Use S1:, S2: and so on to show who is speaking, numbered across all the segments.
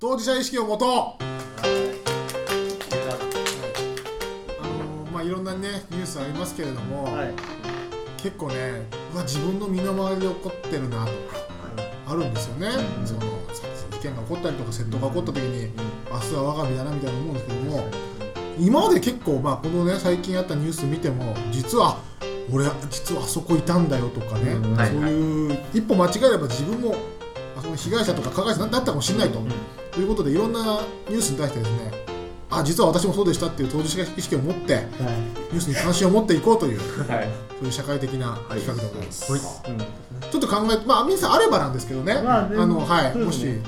S1: 当事者意識を持とう
S2: は
S1: あのーまあいろんなねニュースありますけれども、
S2: い
S1: 結構ねうわ自分の身の回りで起こってるなとかあるんですよね、その事件が起こったりとか窃盗が起こった時に、明日は我が身だなみたいな思うんですけども、今まで結構まあこのね最近あったニュース見ても実は俺実はあそこいたんだよとかね、
S2: うん
S3: はい
S1: そういう一歩間違えれば自分もあその被害者とか加害者になったかもしれないと、ということでいろんなニュースに対してですねあ実は私もそうでしたっていう当事者意識を持ってニュースに関心を持っていこうというそ
S2: はい、
S1: ういう社会的な企画でございます、
S3: はい
S1: ちょっと考えてまあ皆さんあればなんですけどね、
S2: まあ
S1: あ
S2: ね
S1: のはい、
S2: そう
S1: も
S2: で
S1: し
S2: す
S1: 例
S2: ね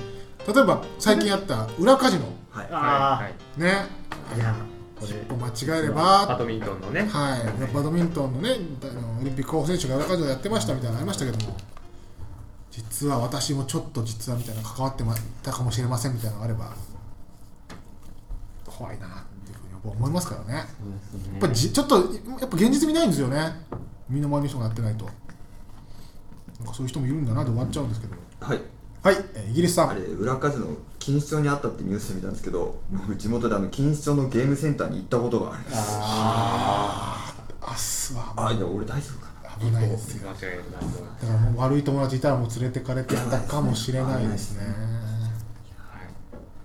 S1: えば最近あった裏カジノ
S3: はい
S2: あ
S3: はい
S1: ね
S2: いやこ
S1: 一
S2: れ
S1: 歩間違えれ
S3: バ
S1: ば
S3: ドミントンのね
S1: はい、バドミントンのねあのオリンピック候補選手が裏カジノやってましたみたいなのありましたけども実は私もちょっと実はみたいな関わってまたかもしれませんみたいなのがあれば怖いなっていうふうにやっぱ思いますからねやっぱじちょっとやっぱ現実見ないんですよね身の回りの人がやってないとなんかそういう人もいるんだなで終わっちゃうんですけど
S4: はい
S1: はい、えーイギリスさん
S4: あれ裏カジノ錦糸町にあったってニュース見たんですけど僕地元であの錦糸町のゲームセンターに行ったことがあるんです
S1: あっすわ
S4: あいや俺大丈夫かな
S1: 危ないですよ
S3: 間違えない
S1: だからもう悪い友達いたらもう連れてかれてたかもしれないですね
S3: は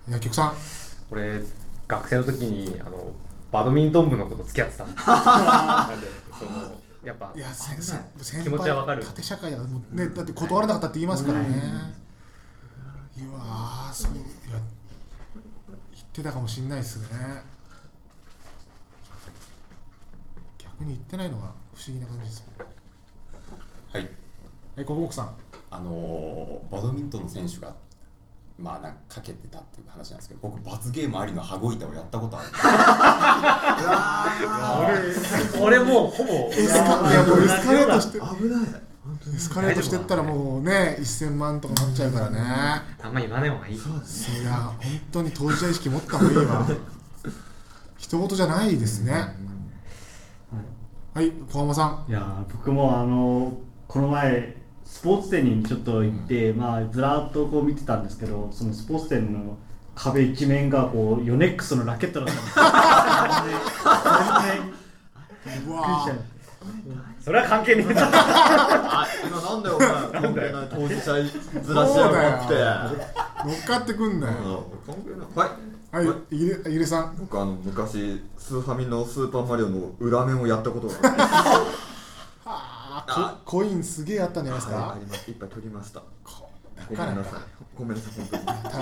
S3: い
S1: 薬局さん
S3: 俺学生の時にあのバドミントン部のこと付き合 ってたんですなんでそのやっぱ
S1: いや先生先
S3: 気持ちはわかる
S1: 縦社会だからもうねだって断らなかったって言いますからねいやーそういや言ってたかもしれないですね逆に言ってないのが不思議な感じです
S5: はい、
S1: え国木さん
S5: あのーバドミントンの選手が、まあ、なんかかけてたっていう話なんですけど、僕、罰ゲームありの羽子板をやったことある。
S3: 俺もうほぼ
S1: エスカいやもうエスカレートして
S4: 危ない
S1: エスカレートしてったらもうね1000万とかなっちゃうからね
S3: あんま言わない方がいい
S1: そりゃ本当に当事者意識持った方がいい わ人事じゃないですねはい小浜さん
S2: いやー僕もあのこの前スポーツ店にちょっと行って、まあずらーっとこう見てたんですけどそのスポーツ店の壁一面がこうヨネックスのラケットだったんです全
S1: う
S2: 然びっくりし
S1: わ
S2: ちゃい
S1: ー
S3: それは関係ねえな
S4: あ今なんだよお前関係ない当事者ずらし
S1: そうだ
S4: や
S1: よ
S4: がって
S1: 乗っかってくんなよ
S4: 関係ないはい、
S1: はいイギリイギリスさん
S4: 僕あの昔スーファミの「スーパーマリオ」の裏面をやったことがある
S1: あココインすげえあったんじゃないです
S4: はいあ
S1: か
S4: りますいっぱい取りましたご
S1: だ
S4: め
S1: から
S4: ん
S1: ね
S4: なさいごめんなさい本当に
S1: たたい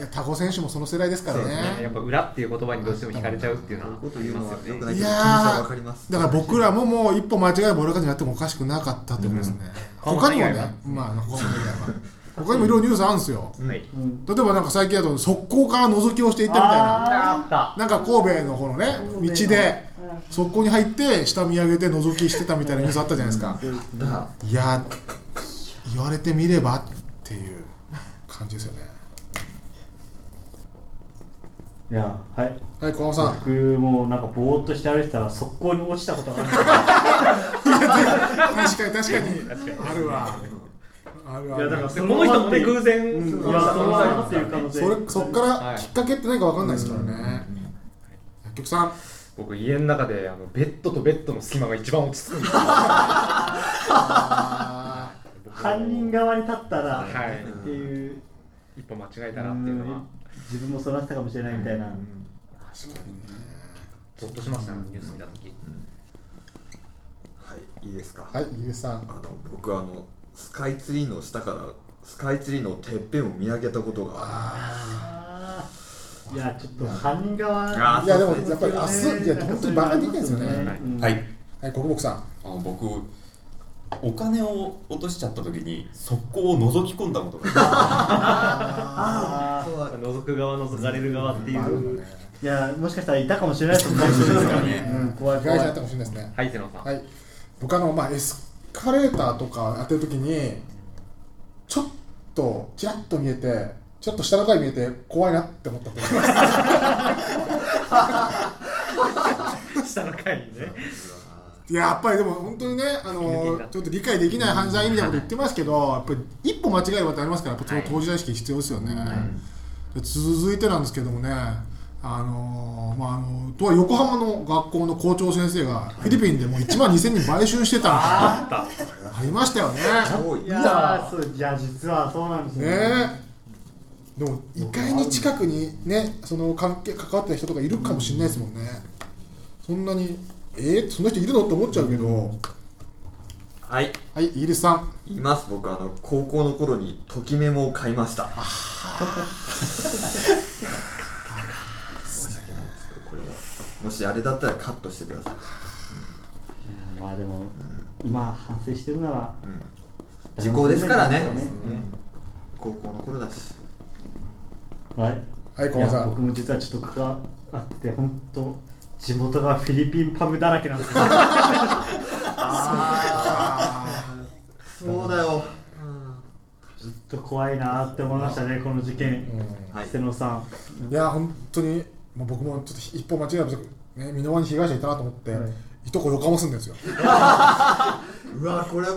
S1: やタコ選手もその世代ですから
S3: や
S1: ね
S3: っぱ裏っていう言葉にどうしても惹かれちゃうっていうのはあ
S4: こういうこと
S3: り
S4: 言うの
S3: ま
S4: はよ
S3: すよ
S4: く
S3: ね
S4: ない
S1: い
S4: けど気持ちは
S1: や
S4: わかります
S1: ーだから僕らももう一歩間違えば俺たちにやってもおかしくなかったってことですね、
S3: うん
S1: 他にも
S3: 小浜以外は
S1: ねまあ小浜以外は他にもいろいろニュースあるんですよ
S3: は
S1: 例
S3: い
S1: えばなんか最近だと速攻から覗きをしていったみたいな
S3: あった
S1: なんか神戸の方のね道で側溝に入って下見上げて覗きしてたみたいなニュースあったじゃないですか
S4: だ
S1: いや言われてみればっていう感じですよね
S2: いやはい
S1: はい小浜さん
S2: 僕もなんかぼーっとして歩いてたら速攻に落ちたことがあるんですよ
S1: 確かに確かに
S3: 確かに
S1: あるわあるあ
S2: いやだか
S1: る
S2: ら
S3: でこの人もね偶然
S2: いや
S3: そ
S2: そうれはあるっていう可能性
S1: それそっからきっかけって何か分かんないですからね薬局さん
S3: 僕家の中であのベッドとベッドの隙間が一番落ち着くんですよ
S2: 犯人側に立ったら、
S3: はい
S2: っていう
S3: 一歩間違えたらっていうのは
S2: 自分も育てたかもしれないみたいな、
S3: ゾッとしましたねニュース見た時
S4: はいいいですか
S1: はいイギリスさん
S4: あの僕あのスカイツリーの下からスカイツリーのてっぺんを見上げたことがあ
S2: あーいやちょっと犯人側
S4: あ
S1: いやでも
S4: そう
S1: やっぱり明日いや本当にバカできないですよね
S2: うん
S5: はい、
S1: はい国木さん
S5: あの僕、お金を落としちゃった時に、速攻を覗き込んだことがあ
S2: あー
S3: 覗く側覗かれる側ってい
S1: あるん
S3: う
S1: だね
S2: いやもしかしたらいたかもしれないですもんねうん怖い
S1: 被害者
S2: 怖い
S1: だったかもしれないですね
S3: はい瀬野さん
S1: はい、僕あの、まあ、エスカレーターとかやってる時にちょっとちらっと見えてちょっと下の階見えて怖いなって思ったことがあります
S3: 下の階にね
S1: いややっぱりでも本当にねあのちょっと理解できない犯罪みたいなこと言ってますけどやっぱり一歩間違えればってありますからやっぱその当事者意識必要ですよね、で続いてなんですけどもねあのーまああのとは横浜の学校の校長先生がフィリピンでもう1万2000人買収してたあ
S3: あ
S1: りましたよね
S4: 多い
S2: いやーそうじゃあ実はそうなんですよ
S1: ねえでも意外に近くにねその関係関わってた人とかいるかもしれないですもんね、そんなにえー、そんな人いるのって思っちゃうけど、
S4: はい
S1: はいイギリスさん
S4: います僕あの高校の頃にときメモを買いました申し訳ないですけどこれはもしあれだったらカットしてください
S2: まあでも今反省してるなら
S4: 時効ですからね
S2: そうですね
S4: 高校の頃だし
S2: はい
S1: はい
S2: い
S1: 駒
S2: や
S1: さ
S2: 僕
S1: ん
S2: も実はちょっと苦があって本当地元がフィリピンパブだらけなんですよ
S4: そうだよ
S2: ずっと怖いなーって思いましたねこの事件
S4: はい
S2: 瀬野さん
S1: いや本当にもう僕もちょっと一歩間違えば、ね、身の回りに被害者いたなと思って、
S2: はい
S1: い、とこ横浜住んでるんですよ
S4: うわこれもう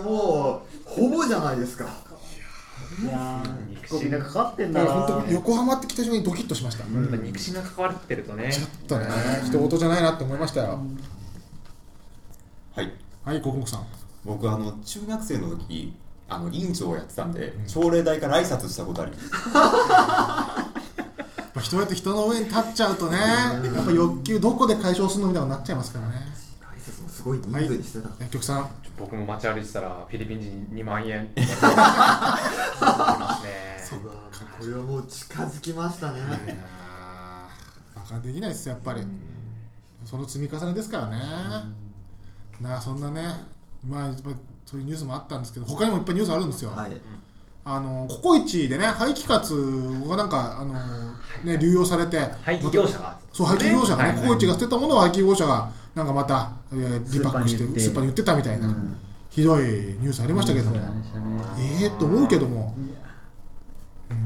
S4: ほぼじゃないですか
S2: いやー肉親がかかってん
S1: だ
S2: だ
S1: から
S2: な
S1: 本当に横浜って来た瞬間にドキッとしました、
S3: やっぱ肉親が関わってるとね
S1: ちょっとね人事じゃないなって思いましたよ、
S5: はい
S1: はい国木さん
S5: 僕あの中学生の時あの委員長をやってたんで、朝礼台から挨拶したことあります
S1: やっぱ人やって人の上に立っちゃうとねやっぱ欲求どこで解消するのみたいになっちゃいますからね
S4: 挨拶もすごい人数にしてた、
S1: 薬局さん
S3: 僕も街歩いてたらフィリピン人2万 円 ね
S4: うわこれはもう近づきましたね
S1: バカできないですよやっぱりその積み重ねですからねなあそんなねまあやっぱそういうニュースもあったんですけど他にもいっぱいニュースあるんですよ、
S4: はい
S1: あのココイチでね廃棄活がなんかあの、ね、流用されて
S3: 廃棄業者が
S1: そう廃棄業者がね
S3: はい
S1: ココイチが捨てたものを廃棄業者がなんかまた、えーリパックしてス
S2: ス
S1: ーパ
S2: ー
S1: ー
S2: パー
S1: に
S2: に
S1: 売ってたみたいな、ひどいニュースありましたけども、ええー、と思うけども、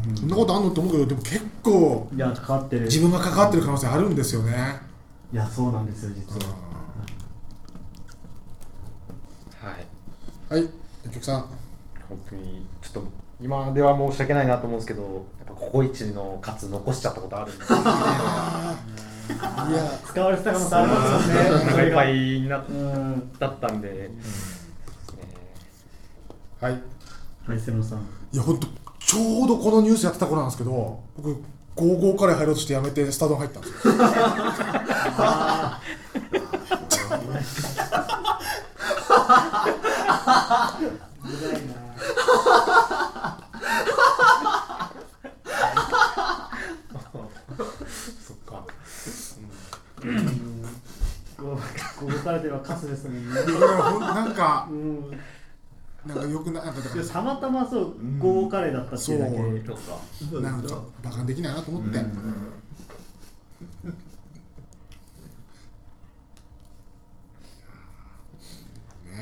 S1: うんそんなことあんのと思うけどでも結構
S2: いやかかってる
S1: 自分が関わってる可能性あるんですよね、
S2: いやそうなんですよ実は
S3: はい
S1: はい薬局さん
S3: 本当にちょっと今では申し訳ないなと思うんですけどやっぱココイチのカツ残しちゃったことあるん で
S1: いや
S2: 使われてた可能性ありますよね
S3: お腹いっぱい
S2: い
S3: になっ
S2: うん
S3: だったんで、ね
S1: はい
S2: はい瀬野さん
S1: いや本当ちょうどこのニュースやってた頃なんですけど僕55から入ろうとしてやめてスタートに入ったんですよ
S3: そっか
S2: ごごぼかれてはカスですもんね
S1: いやほんなんか
S2: うんい
S1: なんかよくななんかだか
S2: やたまたまそうゴーカレーだったっていうだけ
S1: そう
S3: そっか
S1: らなんかバカにできないなと思って、ね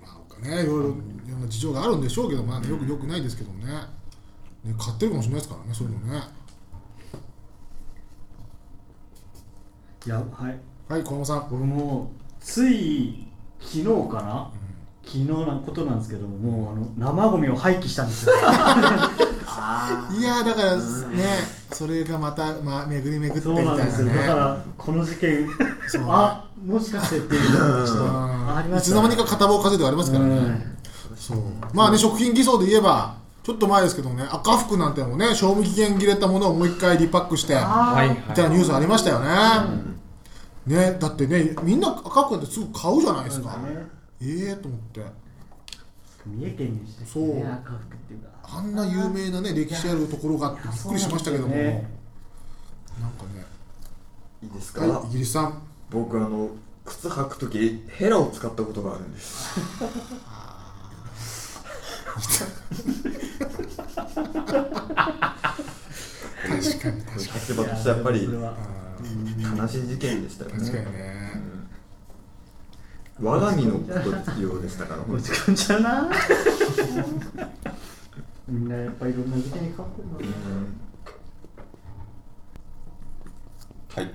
S1: まあなんかねいろいろいろんな事情があるんでしょうけどまあよくよくないですけどねね買ってるかもしれないですからねそういうのね
S2: いやはい
S1: はい小山さん
S2: 僕もつい昨日かな、昨日なことなんですけどももうあの生ゴミを廃棄したんですよ
S1: いやーだからねそれがまた、まあ、巡り巡ってみた
S2: そ
S1: いうな
S2: なん
S1: ね
S2: ですよだからこの事件あもしかしてっていうのがちょっとあり
S1: い
S2: まし
S1: つ
S2: た
S1: の間にか片棒数えてありますからね、
S2: うん
S1: そうまあね食品偽装で言えばちょっと前ですけどね赤服なんてもね賞味期限切れたものをもう一回リパックしてみ
S3: はい
S2: あ
S1: たいな
S3: は
S1: ニュースありましたよね、ねだってねみんな赤服なんてすぐ買うじゃないですか、
S2: そうですね
S1: ええと思って
S2: 三重県にして
S1: そう
S2: ね赤服っていうか
S1: あんな有名なね歴史あるところがあってびっくりしましたけども、
S2: いやそうなんですよね
S1: なんかね
S4: いいですか、
S1: はいイギリスさん
S4: 僕あの靴履く時ヘラを使ったことがあるんです
S1: 確かに
S4: これ立場としてやっぱり
S2: それは
S4: 悲しい事件でしたよね
S1: 確かにね、
S4: 我が身のことようでしたから
S2: 落ち込んじゃうなみんなやっぱいろんな事件に関わってるんだね
S5: はい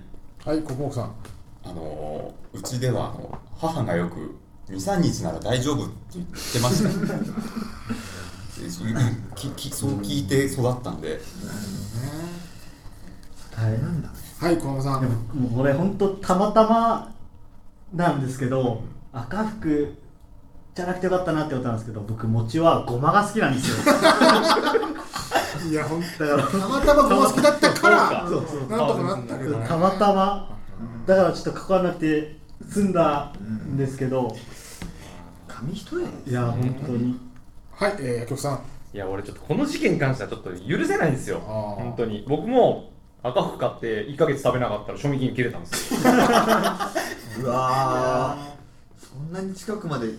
S1: はい国木さん
S5: あのーうちではあの母がよく23日なら大丈夫って言ってました ききそう聞いて育ったんで
S1: ね
S2: はい
S4: れなんだ
S1: はい小浜さ
S2: でも
S1: ん
S2: もうこれ本当たまたまなんですけど、赤服じゃなくてよかったなって思ったんですけど僕餅はごまが好きなんですよだか
S1: いやほん
S2: ら
S1: たまたまゴマ好きだった から
S2: そうそう
S1: なんとかなったけどね
S2: たまたまだからちょっと関わらなくて済んだんですけど、
S4: 紙一重
S2: いや本当に
S1: はいえー薬局さん
S3: いや俺ちょっとこの事件に関してはちょっと許せないんですよ
S1: あー
S3: 本当に僕も赤服買って1ヶ月食べなかったら賞味期限切れたんですよ
S4: うわーそんなに近くまでね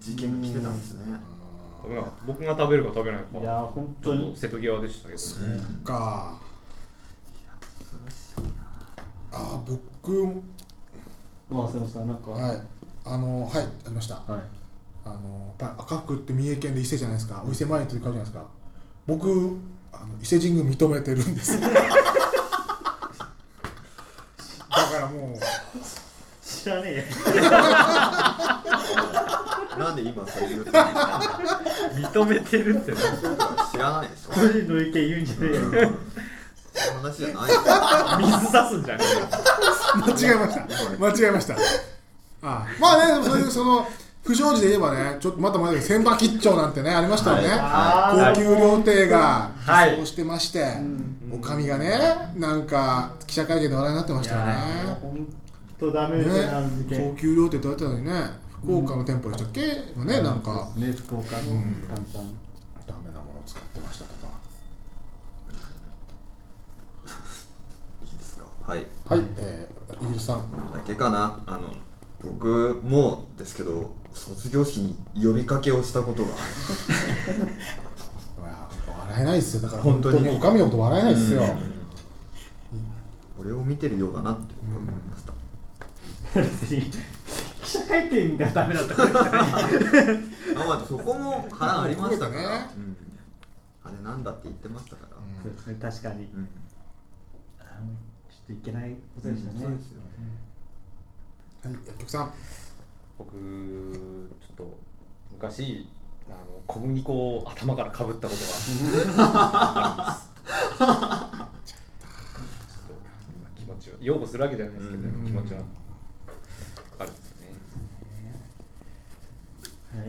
S4: 事件が来てたんですね
S3: 食べなかった僕が食べるか食べないか
S2: いや本当に
S3: 瀬戸際でしたけど
S1: かあー僕も
S2: 忘れましたなんか、
S1: はいあのはいありました
S2: はい
S1: あのやっぱり赤福って三重県で伊勢じゃないですかお伊勢参りの時買うじゃないですか僕あの伊勢神宮認めてるんです だからもう
S2: 知らねえよ
S4: なんで今それ言うたの
S3: 認めてるってね
S4: 知らないでしょ
S2: 個人の意見言うんじゃねえよ
S4: その話じゃないよ
S3: 水差すんじゃねえよ
S1: 間違えました間違えましたああまあねでもそういうその不祥事で言えばねちょっとまたまだ千葉吉兆なんてねありましたよね、
S2: あー
S1: 高級料亭が
S3: はい
S1: そうしてまして、おかみがねなんか記者会見で話題になってましたよね
S2: 本当ダメですねあの事
S1: ね
S2: 件
S1: 高級料亭って言われてたのにね福岡の店舗でしたっけ、ねなんか
S2: ね福岡の
S1: ダメな
S2: 簡単
S1: ものを使ってましたとか
S4: いいですかはい
S1: はい、えー、イギリスさん
S4: だけかなあの僕もですけど卒業式に呼びかけをしたことが
S1: ほら笑えないですよだから
S4: 本当に
S1: おかみのこと笑えないですよ、
S4: 俺を見てるようだなって思いました、
S2: 別に記者会見がダメだったからじゃない
S4: あまあそこも腹ありましたから、
S1: ね
S4: うんあれなんだって言ってましたから、
S2: そうですね確かに
S4: うん
S2: あのちょっといけないことでしたね
S4: そうですよね
S1: はい薬局さん
S3: 僕ちょっと昔あの小麦粉を頭からかぶったことが あるんですちょっとまあ気持ちを擁護するわけじゃないですけど、
S4: うん
S3: 気持ちはあるんですよね
S2: は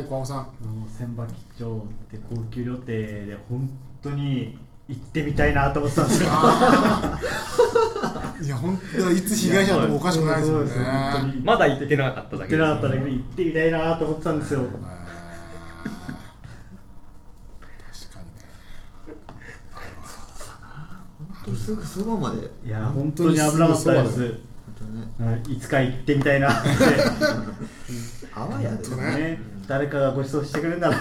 S1: はい小浜さ ん
S2: もう千葉吉兆って高級料亭で本当に行ってみたいなと思ってたんですよ
S1: いや本当いつ被害者になってもおかしくないですよね
S2: そう本当に
S3: まだ行ってなかった
S2: 行
S3: だ
S2: っ
S3: け
S2: て
S3: で
S2: なか
S3: す
S2: っただけど行ってみたいなと思ってたんですよ
S1: えー確かにね
S4: ほんとすぐそばまで
S2: いや本当に危なかったです
S4: 本当ね
S2: はいいつか行ってみたいなって
S4: あわやで
S1: 本当ね
S2: ね、誰かがご馳走してくれるならっ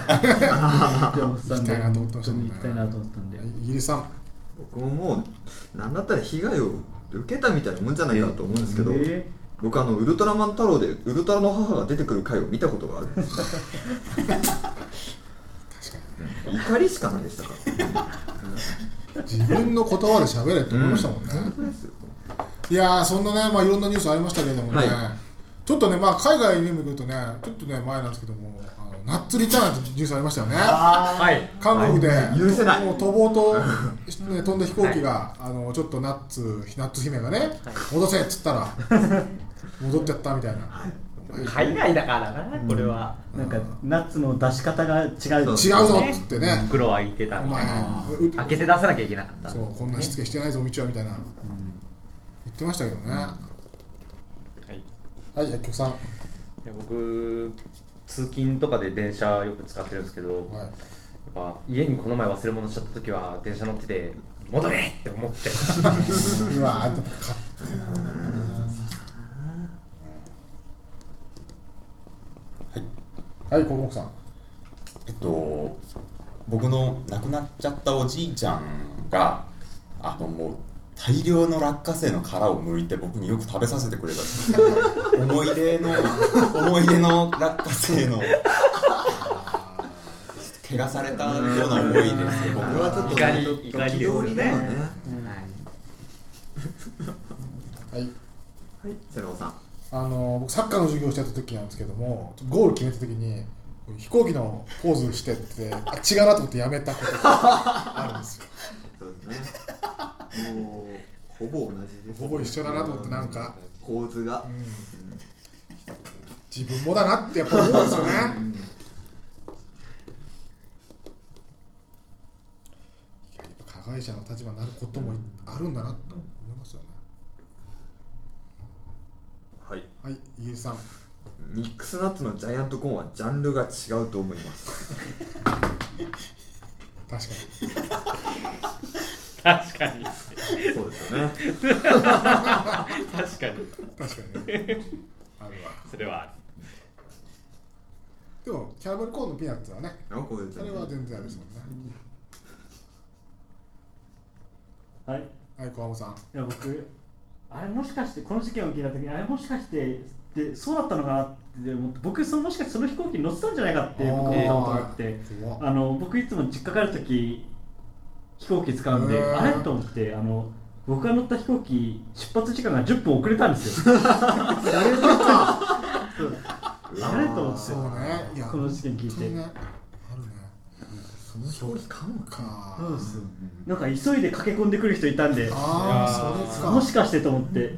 S2: て思ってたんで
S1: 行きたいなと思ってましたもんね
S2: 本当に行きたいなと思ったんで、
S1: はいイギリスさん
S4: 僕ももうなんだったら被害を受けたみたいなもんじゃないかと思うんですけど、
S2: え
S4: 僕あのウルトラマン太郎でウルトラの母が出てくる回を見たことがあ るんですよ怒りしかないでしたから
S1: 自分の言葉で喋れって思いましたもんね、
S4: そうですよ
S1: いやーそんなね、まあ、いろんなニュースありましたけれどもね、
S4: はい
S1: ちょっとね、まあ、海外にも行くとね、ちょっとね、前なんですけども、あのナッツリターンってニュースありましたよね、
S3: はい
S1: 韓国で、
S4: はい許せない
S1: もう飛ぼう と、ね、飛んだ飛行機が、あのちょっとナッツ、ナッツ姫がね、戻せっつっ たら、戻っちゃったみたいな、
S3: 海外だからなこれは、
S2: なんかナッツの出し方が違う
S4: そ
S1: 違う
S4: う
S1: ぞっつってね、
S3: 袋開いてた
S1: お
S3: みた
S1: 前
S3: いな、
S1: う
S3: 開けて出さなきゃいけなかった
S1: そう、こんなしつけしてないぞ、道はみたいな、言ってましたけどね、は
S3: はい
S1: い、薬局さん、はい、
S3: いや僕通勤とかで電車よく使ってるんですけど、やっぱ家にこの前忘れ物しちゃった時は電車乗ってて戻れって思っ て
S1: うわー、でも買っ
S5: はい
S1: はい、小野さん、
S5: えっと僕の亡くなっちゃったおじいちゃんがあのもう大量の落花生の殻を剥いて僕によく食べさせてくれた思い出の思い出の落花生の汚されたような思いですよ
S4: こ
S5: 僕
S4: れはちょっと
S3: 怒り
S4: ちょっと
S3: 怒りですよね
S4: 憤りだよね
S1: はい。
S4: はい瀬野さん
S1: あの僕サッカーの授業をしてた時なんですけどもゴール決めた時に飛行機のポーズしてってあ違うなと思ってやめたことがあるんですよ
S4: そうですねもうほぼ同じです
S1: ほぼ一緒だなと思ってなんか
S4: 構図が
S1: うん自分もだなってやっぱ思うんですよねいややっぱ加害者の立場になることもあるんだなと思いますよね
S4: はい
S1: はい家さん
S4: ミックスナッツのジャイアントコーンはジャンルが違うと思います
S1: 確かに
S3: 確かに
S4: そうですよね
S3: 確かに
S1: 確かにねあるわ
S3: それはある
S1: でもキャラメルコーンのピーナッツはね
S4: なんかこれ全
S1: そ
S4: 然
S1: れは全然あれですもんね
S2: はい
S1: はい小浜さん
S2: いや僕あれもしかしてこの事件を聞いた時にあれもしかしてでそうだったのかなって思って僕そのもしかしてその飛行機に乗ってたんじゃないかって僕思ったことがあって
S1: 怖っ
S2: あの僕いつも実家帰る時飛行機使うん
S1: へ
S2: で、
S1: ー
S2: あれと思ってあの僕が乗った飛行機出発時間が10分遅れたんで すよ それでかそうあれと思って
S1: そうねいや
S2: この事件聞い
S1: 本当にね
S2: て
S1: あるね
S4: その飛行機買うのか
S1: か
S2: そうですよなんか急いで駆け込んでくる人いたんで
S1: あ
S3: いや
S1: あ
S3: ー
S1: それか
S2: もしかしてと思って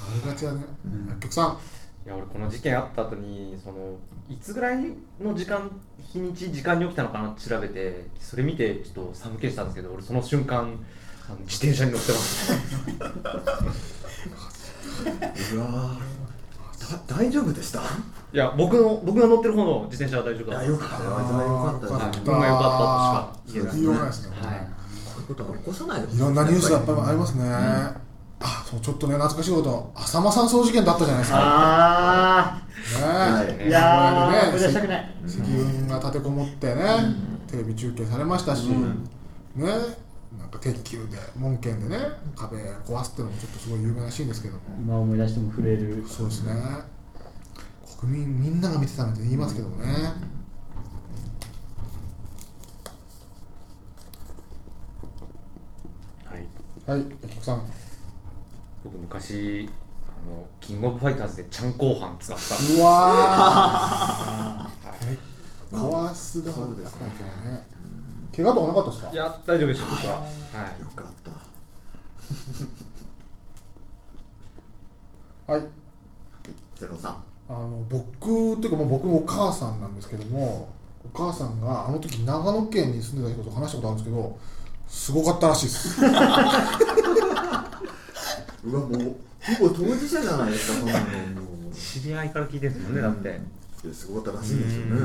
S1: あれがちだね薬局さん
S3: いや俺この事件あった後にそのいつぐらいの時間日にち時間に起きたのかなって調べてそれ見てちょっと寒気したんですけど俺その瞬間あの自転車に乗ってました
S4: うわーだ大丈夫でした
S3: いや僕の僕が乗ってる方の自転車は大丈夫
S4: い
S3: だ
S4: や
S3: った
S4: よかったよかった
S1: よか
S4: よ
S1: っ
S4: か
S1: た
S4: った
S3: 運が良かったとしか言えない
S1: 言いようがないですね
S3: はい
S4: こういうことは起こさないでほし
S1: いろんなニュースがやっぱりありますすね、あそうちょっとね懐かしいこと浅間山荘事件だったじゃないですか
S2: あ
S1: ね
S2: あ
S1: え
S2: いや
S1: ね
S2: ー思い出したくない
S1: 石油が立てこもってね、テレビ中継されましたし、ねなんか鉄球で門剣でね壁壊すっていうのもちょっとすごい有名らしいんですけども、
S2: 今思い出しても震える
S1: そうですね国民みんなが見てたなんて言いますけどもね、
S3: はい
S1: はいお客さん
S3: 僕昔あのキングオブファイターズでちゃんこ飯使ったんです
S1: うわ ー怖すが
S4: そうですね
S1: ね怪我とかなかったですか
S3: いや大丈夫でした僕ははい
S4: よかった
S1: はい
S4: ゼロ三
S1: あの僕っていうかもう僕もお母さんなんですけどもお母さんがあの時長野県に住んでた人と話したことあるんですけどすごかったらしいです
S4: うわもうほぼ当事者じゃないですかそんなのもう
S3: 知り合いから聞いてるんですもんねだって
S4: いやすごかったらしいんですよね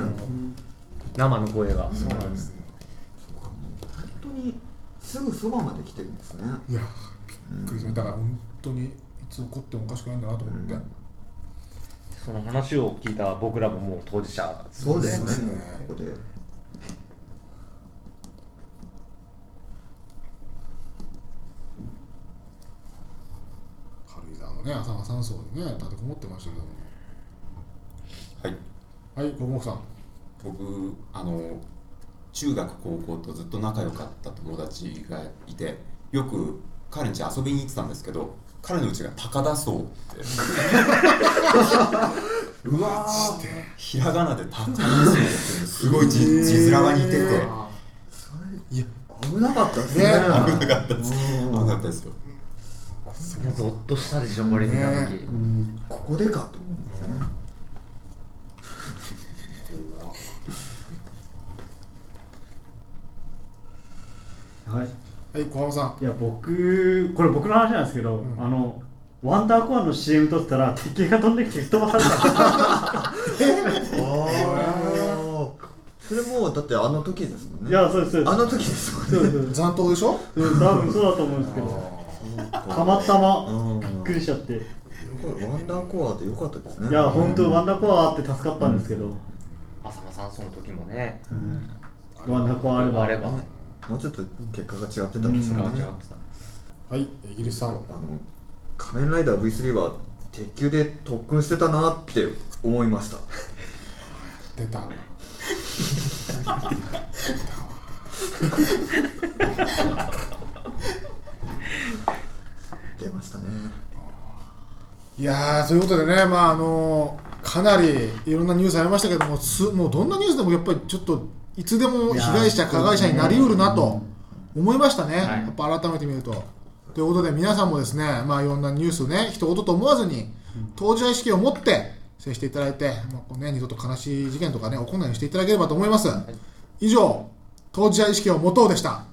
S3: 生の声が
S1: そうなんです
S4: そうかもう本当にすぐそばまで来てるんですね
S1: いやびっくりしましただから本当にいつ起こってもおかしくないんだなと思って、
S4: うん
S3: その話を聞いた僕らももう当事者です
S4: そうですよ
S1: そうです
S4: ね
S1: ね
S4: ここで
S1: 軽井沢のね浅間山荘でね立てこもってましたけども
S5: はい
S1: はい小郷さん
S5: 僕あの中学高校とずっと仲良かった友達がいてよく彼ん家遊びに行ってたんですけど彼の家が高田荘って
S4: うわ
S5: ひらがなで高田荘ってすごい字字面が似てて
S4: そ
S1: いや
S4: れ危なかったですね
S1: ね
S5: 危なかったです危なかったですよ
S3: もうゾッとしたでしょこれ見た時、
S1: ね
S4: ここでかと思うんですよね
S2: はい
S1: はい小浜さん
S2: いや僕これ僕の話なんですけど、
S1: ん
S2: あのワンダーコアの CM 撮ってたら敵が飛んできて吹っ飛ばされ た
S4: ああそれもうだってあの時ですもんね
S2: いやそうですそうです
S4: あの時ですもんね
S2: そうです
S1: 残党でしょ
S2: そうです多分そうだと思うんですけどたまた
S4: う
S2: ま
S4: ん
S2: びっくりしちゃってい
S4: よかワンダーコアでよかったですね
S2: や本当ワンダーコアあって助かったんですけど、
S3: 浅間さんその時もね
S2: ワンダーコアあれば
S3: あれば
S4: もうちょっと結果が違ってたんですよ
S3: ガ
S4: ね、
S3: チャってた
S1: はいイギリスさん
S4: あの仮面ライダー V3 は鉄球で特訓してたなって思いま した
S1: 出た
S4: 出ましたね
S1: いやーということでね、まああのかなりいろんなニュースありましたけども、すもうどんなニュースでもやっぱりちょっといつでも被害者、加害者になりうるなと思いましたね、
S3: はい
S1: やっぱ改めて見ると。
S4: う
S1: ということで皆さんもですね、まあ、いろんなニュースをね一言と思わずに当事者意識を持って接していただいて、まあこうね、二度と悲しい事件とかね起こらないようにしていただければと思います、以上当事者意識を持とうでした、